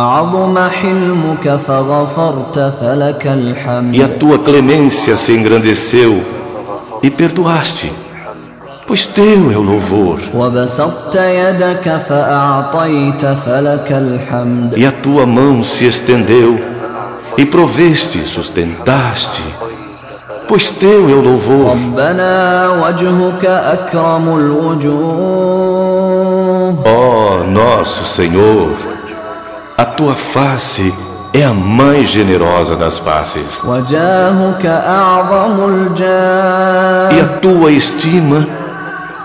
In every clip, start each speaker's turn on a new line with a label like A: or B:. A: وعظم حلمك فغفرت فلك
B: e a
A: الحمد
B: tua clemência se engrandeceu e perdoaste, pois teu é o louvor,
A: وبسطت يدك فأعطيت فلك الحمد
B: e a tua mão se estendeu e proveste, sustentaste, pois teu é o louvor,
A: ربنا وجهك أكرم الوجوه
B: ó nosso Senhor, a tua face é a mais generosa das faces,
A: وجاهك أعظم
B: e
A: الجاه
B: a tua estima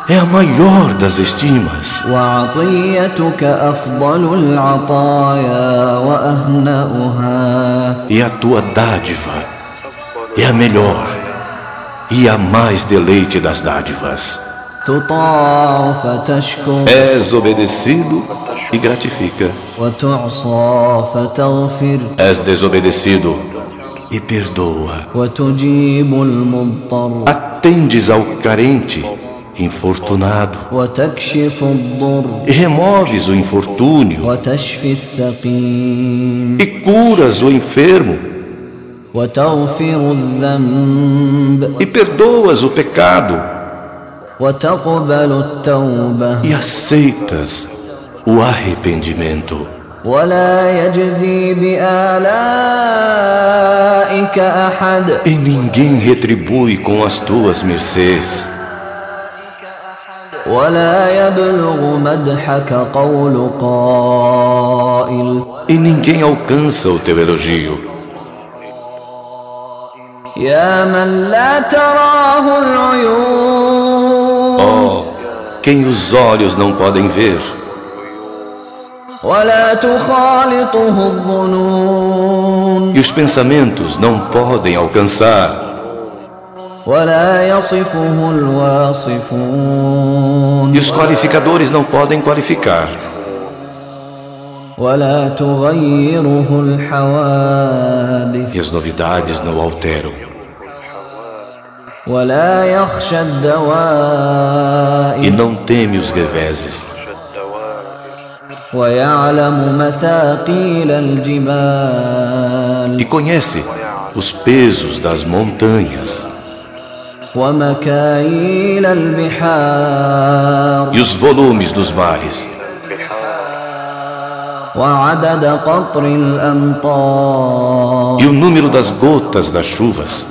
B: é a maior das estimas.
A: وعطيتك أفضل العطايا وأهنأها
B: e a tua dádiva é a melhor e a mais deleite das dádivas.
A: تطاع فتشكر
B: És obedecido e gratifica.
A: وتعصى فتغفر
B: És desobedecido e perdoa.
A: وتجيب المضطر
B: Atendes ao carente, infortunado,
A: وتكشف الضر
B: e removes o infortúnio,
A: وتشفي السقيم
B: e curas o enfermo,
A: وتغفر الذنب
B: e perdoas o pecado,
A: وتقبل التوبة
B: e aceitas o arrependimento.
A: ولا يجزي بآلائك أحد
B: E ninguém retribui com as tuas mercês.
A: ولا يبلغ مدحك قول قائل
B: e ninguém alcança o teu elogio.
A: يا من لا تراه العيون
B: Oh, quem os olhos não podem ver
A: ولا تخالطه الظنون
B: e os pensamentos não podem alcançar
A: ولا يصفه الواصفون
B: e os qualificadores não podem qualificar
A: ولا تغيره الحوادث
B: e as novidades não alteram
A: ولا يخشى
B: e
A: الدوائر
B: não teme os reveses
A: ويعلم مثاقيل الجبال
B: e conhece os pesos das montanhas
A: ومكاييل البحار
B: e os volumes dos mares
A: وعدد قطر الأمطار
B: e o número das gotas das chuvas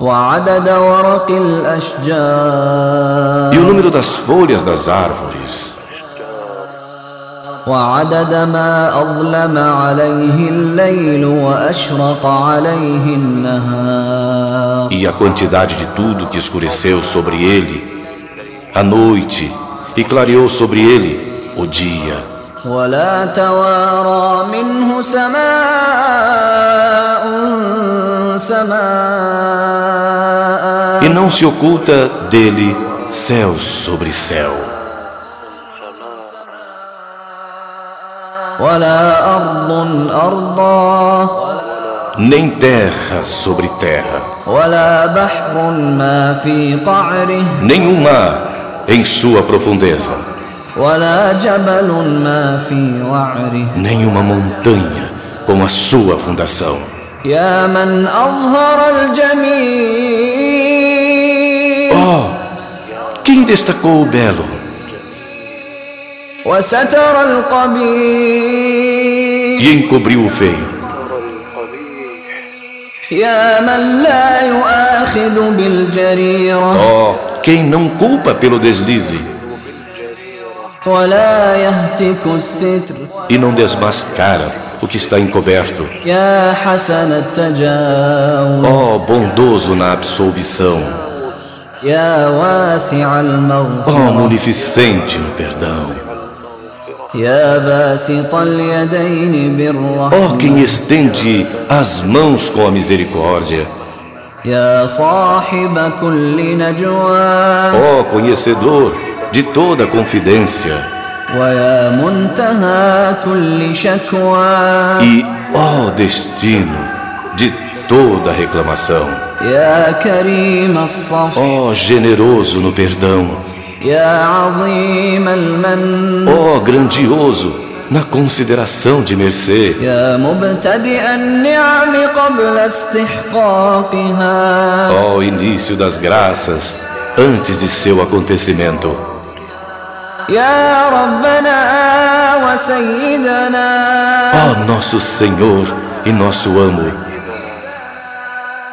A: وعدد ورق
B: e o
A: الأشجار
B: número das folhas das árvores
A: وعدد ما أظلم عليه الليل وأشرق عليه النهار
B: e a quantidade de tudo que escureceu sobre ele a noite e clareou sobre ele o dia.
A: ولا توارى منه سماء سماء
B: E não se oculta dele céu sobre céu,
A: ولا أرض أرضا
B: nem terra sobre terra,
A: ولا بحر ما في قعره
B: nenhum um mar em sua profundeza,
A: ولا جبل ما في وعره
B: nenhuma montanha com a sua fundação.
A: يا من أظهر الجميل
B: Oh, quem destacou o belo
A: وستر القبيح
B: e encobriu o feio,
A: يا من لا يؤاخذ بالجريرة
B: oh, quem não culpa pelo deslize
A: ولا يهتك الستر
B: e não desmascara o que está encoberto.
A: يا حسن التجاوز
B: Ó bondoso na absolvição,
A: يا واسع
B: ó
A: المغفرة
B: munificente no perdão,
A: يا باسط اليدين بالرحمة
B: ó quem estende as mãos com a misericórdia,
A: يا صاحب كل نجوى
B: ó conhecedor de toda confidência,
A: ويا منتهى كل شكوى
B: e ó destino de toda reclamação,
A: يا كريم الصف
B: ó generoso no perdão,
A: يا عظيم المن
B: ó grandioso na consideração de mercê,
A: يا مبتدئ النعم قبل استحقاقها
B: ó início das graças, antes de seu acontecimento.
A: يا ربنا وسيدنا
B: Ó nosso Senhor e nosso amo,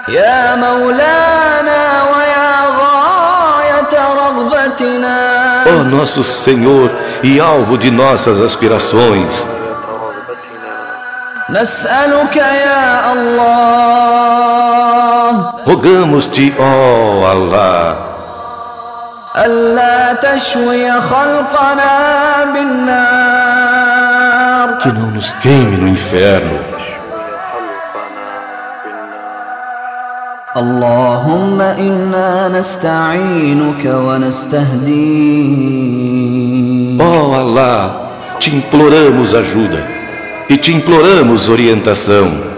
A: يا مولانا ويا غاية رغبتنا
B: ó nosso Senhor e alvo de nossas aspirações,
A: نسألك يا الله
B: rogamos-te, ó Allah,
A: ألا تشوي خلقنا بالنار
B: que não nos queime no inferno.
A: اللهم إنا نستعينك ونستهديك
B: Ó Alá, te imploramos ajuda e te imploramos orientação.